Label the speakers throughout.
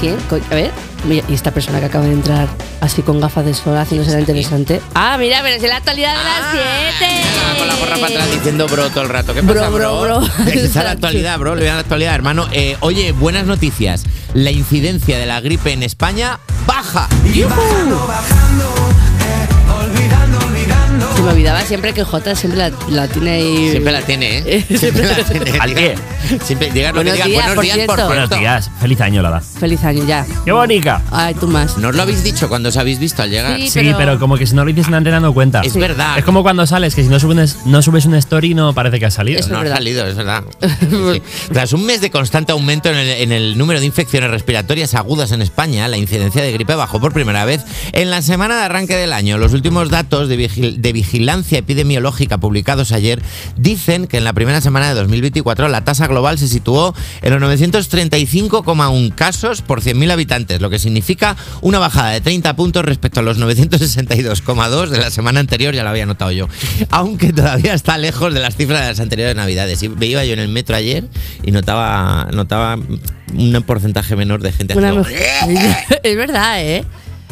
Speaker 1: quién? Co- A ver, mira, y esta persona que acaba de entrar así con gafas de sol haciendo será interesante. Ah, mira, pero es en la actualidad de las 7.
Speaker 2: Ah, Con la porra para atrás diciendo bro todo el rato. ¿Qué
Speaker 1: Bro,
Speaker 2: pasa,
Speaker 1: bro,
Speaker 2: bro?
Speaker 1: bro.
Speaker 2: Está la actualidad, bro. Le voy a la actualidad, hermano. Eh, oye, buenas noticias. La incidencia de la gripe en España baja.
Speaker 1: Se me olvidaba siempre que Jota siempre la, la tiene ahí.
Speaker 2: Siempre la tiene, ¿eh? Siempre la tiene.
Speaker 3: Al pie.
Speaker 2: Siempre llega lo que
Speaker 1: Buenos
Speaker 2: diga,
Speaker 1: días,
Speaker 2: buenos
Speaker 1: por
Speaker 2: días, por
Speaker 1: cierto".
Speaker 3: Buenos
Speaker 2: cierto".
Speaker 3: días. Feliz año, Lala.
Speaker 1: Feliz año ya.
Speaker 3: ¡Qué bonita!
Speaker 1: Ay, tú más.
Speaker 2: ¿No os lo habéis dicho cuando os habéis visto al llegar?
Speaker 1: Sí,
Speaker 3: Sí,
Speaker 1: pero-
Speaker 3: pero... como que si no lo dices en antena no cuenta.
Speaker 2: Es verdad.
Speaker 3: Es como cuando sales, que si no subes, no subes una story no parece que has salido.
Speaker 1: Eso
Speaker 2: no
Speaker 1: es verdad.
Speaker 2: ha salido, es verdad. Sí, sí. Tras un mes de constante aumento en el, en el número de infecciones respiratorias agudas en España, la incidencia de gripe bajó por primera vez en la semana de arranque del año. Los últimos datos de, vigil- de vigilancia epidemiológica publicados ayer dicen que en la primera semana de 2024 la tasa global se situó en los 935,1 casos por 100.000 habitantes, lo que significa una bajada de 30 puntos respecto a los 962,2 de la semana anterior, ya lo había notado yo. Aunque todavía está lejos de las cifras de las anteriores navidades. Y me iba yo en el metro ayer y notaba, notaba un porcentaje menor de gente
Speaker 1: Una
Speaker 2: haciendo-
Speaker 1: mujer- es verdad, ¿eh?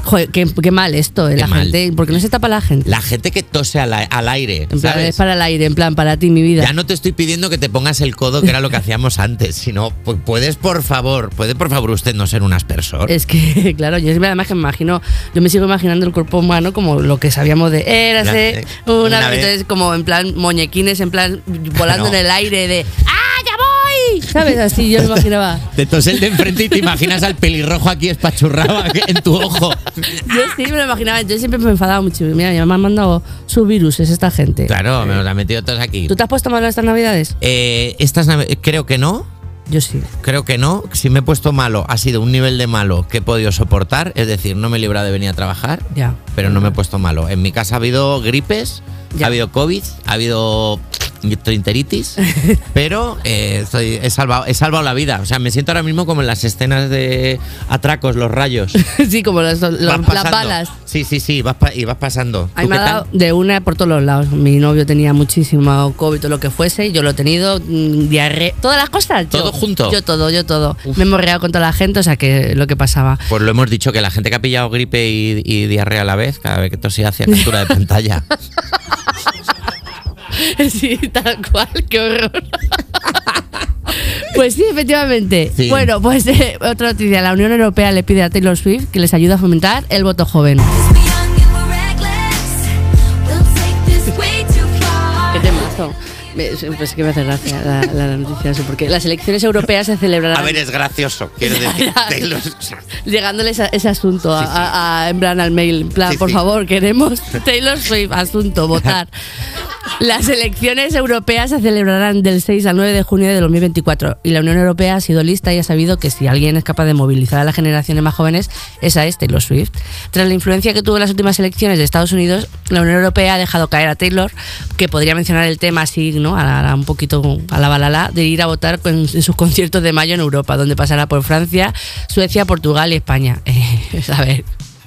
Speaker 1: Joder, qué, qué mal esto, ¿eh?
Speaker 2: Qué
Speaker 1: la
Speaker 2: mal.
Speaker 1: gente. ¿Por qué no se tapa la gente?
Speaker 2: La gente que tose al, ai- al aire,
Speaker 1: en plan, es
Speaker 2: ¿sabes?
Speaker 1: para el aire, en plan, para ti, mi vida.
Speaker 2: Ya no te estoy pidiendo que te pongas el codo, que era lo que hacíamos antes, sino, pu- puedes por favor, puede por favor usted no ser un aspersor.
Speaker 1: Es que, claro, yo siempre además que me imagino, yo me sigo imaginando el cuerpo humano como lo que sabíamos de érase
Speaker 2: Érase
Speaker 1: una,
Speaker 2: eh, una
Speaker 1: vez.
Speaker 2: vez.
Speaker 1: Entonces, como en plan moñequines, en plan volando
Speaker 2: No.
Speaker 1: en el aire de ¡Ah, ya voy! ¿Sabes? Así yo me imaginaba.
Speaker 2: Te tose el de enfrente y te imaginas al pelirrojo aquí espachurrado aquí en tu ojo.
Speaker 1: Yo sí me lo imaginaba, yo siempre me enfadaba mucho. Mira, ya me han mandado sus virus, es esta gente.
Speaker 2: Claro, me los han metido todos aquí.
Speaker 1: ¿Tú te has puesto malo estas navidades?
Speaker 2: Eh, estas nave- creo que no.
Speaker 1: Yo sí.
Speaker 2: Creo que no. Si me he puesto malo, ha sido un nivel de malo que he podido soportar. Es decir, no me he librado de venir a trabajar,
Speaker 1: Ya.
Speaker 2: pero no me he puesto malo. En mi casa ha habido gripes,
Speaker 1: Ya.
Speaker 2: ha habido COVID, ha habido gastroenteritis, pero eh, estoy- he, salvado, he salvado la vida. O sea, me siento ahora mismo como en las escenas de atracos, los rayos.
Speaker 1: sí, como las- los-
Speaker 2: Vas
Speaker 1: las
Speaker 2: pasando.
Speaker 1: balas.
Speaker 2: Sí, sí, sí, vas pa- y vas pasando.
Speaker 1: Ay,
Speaker 2: ¿Tú
Speaker 1: me
Speaker 2: qué
Speaker 1: ha
Speaker 2: tal?
Speaker 1: dado de una por todos los lados. Mi novio tenía muchísimo COVID o lo que fuese. Yo lo he tenido, mm, diarrea, todas las cosas. yo-
Speaker 2: ¿Todo junto?
Speaker 1: Yo todo, yo todo. Me he morreado con toda la gente, o sea que lo que pasaba.
Speaker 2: Pues lo hemos dicho, que la gente que ha pillado gripe y, y diarrea a la vez, cada vez que tosía hacia captura de pantalla.
Speaker 1: sí, tal cual, qué horror. Pues sí, efectivamente.
Speaker 2: Sí.
Speaker 1: Bueno, pues eh, otra noticia. La Unión Europea le pide a Taylor Swift que les ayude a fomentar el voto joven. Qué temazo. Me- Pues que me hace gracia la, la noticia, eso, porque las elecciones europeas se celebrarán.
Speaker 2: A ver, es gracioso, quiero decir. Taylor-
Speaker 1: Llegándole esa- ese asunto a-
Speaker 2: Sí, sí.
Speaker 1: a- a- en plan al mail, en plan,
Speaker 2: Sí,
Speaker 1: por
Speaker 2: sí.
Speaker 1: favor, queremos Taylor Swift, asunto, votar. Las elecciones europeas se celebrarán del 6 al 9 de junio de 2024 y la Unión Europea ha sido lista y ha sabido que si alguien es capaz de movilizar a las generaciones más jóvenes, esa es Taylor Swift. Tras la influencia que tuvo en las últimas elecciones de Estados Unidos, la Unión Europea ha dejado caer a Taylor, que podría mencionar el tema así, ¿no? A la- a la- un poquito a la balala, de ir a votar con- en sus conciertos de mayo en Europa, donde pasará por Francia, Suecia, Portugal y España. a ver,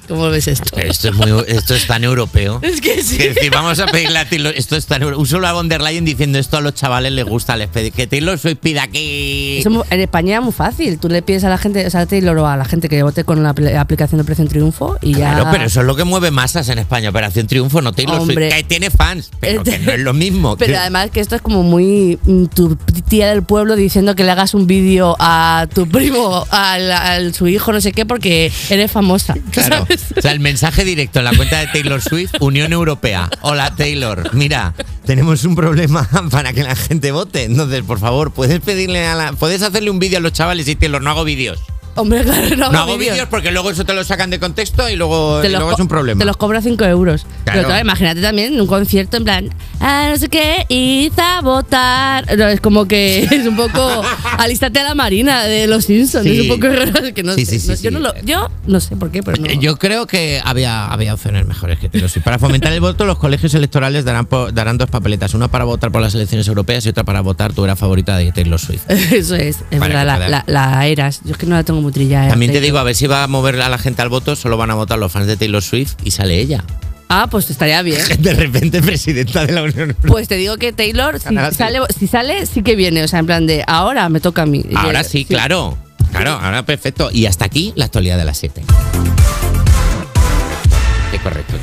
Speaker 1: ¿cómo ves esto?
Speaker 2: Esto es, muy- esto es tan europeo.
Speaker 1: Es que sí.
Speaker 2: Es decir, vamos a pedirle a Taylor. Esto es tan europeo. Un solo a von der Leyen diciendo esto a los chavales les gusta. Les pedí que Taylor Swift pida aquí.
Speaker 1: Eso mu- en España es muy fácil. Tú le pides a la gente, o sea, a Taylor o a la gente que vote con la apl- aplicación de Precio en Triunfo y ya.
Speaker 2: Claro, pero eso es lo que mueve masas en España. Operación Triunfo, no Taylor
Speaker 1: Hombre.
Speaker 2: Swift. Que tiene fans, pero que no es lo mismo.
Speaker 1: Pero además que esto es como muy mm, tu tía del pueblo diciendo que le hagas un vídeo a tu primo, al, al su hijo, no sé qué, porque eres famosa.
Speaker 2: Claro.
Speaker 1: ¿sabes?
Speaker 2: O sea, el mensaje directo en la cuenta de Taylor Swift, Unión Europea. Hola Taylor, mira, tenemos un problema para que la gente vote. Entonces, por favor, puedes pedirle a la, puedes hacerle un vídeo a los chavales y Taylor, no hago vídeos.
Speaker 1: Hombre, claro, no,
Speaker 2: No, hago vídeos porque luego eso te lo sacan de contexto y luego, y luego
Speaker 1: co-
Speaker 2: es un problema.
Speaker 1: Te los cobro 5 euros. Pero
Speaker 2: Claro.
Speaker 1: claro, imagínate también en un concierto en plan, ah, no sé qué, iza a votar. No, es como que es un poco alístate a la marina de los Simpsons.
Speaker 2: Sí.
Speaker 1: Es un poco raro. es que no
Speaker 2: Sí,
Speaker 1: sé,
Speaker 2: sí,
Speaker 1: no-
Speaker 2: sí,
Speaker 1: yo,
Speaker 2: sí.
Speaker 1: No lo- yo no sé por qué, pero no.
Speaker 2: Eh, Yo creo que había, había opciones mejores que Taylor Swift. Para fomentar el voto, los colegios electorales darán, po- darán dos papeletas, una para votar por las elecciones europeas y otra para votar tu era favorita de Taylor Swift.
Speaker 1: Eso es, es
Speaker 2: Vale,
Speaker 1: verdad, la,
Speaker 2: vale.
Speaker 1: la- la eras. Yo es que no la tengo muy trillada. eh,
Speaker 2: También te
Speaker 1: Taylor.
Speaker 2: digo, a ver si va a mover a la gente al voto, solo van a votar los fans de Taylor Swift y sale ella.
Speaker 1: Ah, pues estaría bien.
Speaker 2: De repente, presidenta de la Unión Europea.
Speaker 1: Pues te digo que Taylor, si
Speaker 2: Ganará Taylor.
Speaker 1: sale, si sale, Pues, eh, sí que viene. O sea, en plan de ahora me toca a mí.
Speaker 2: Ahora sí, claro. Claro, ahora perfecto. Y hasta aquí la actualidad de las 7.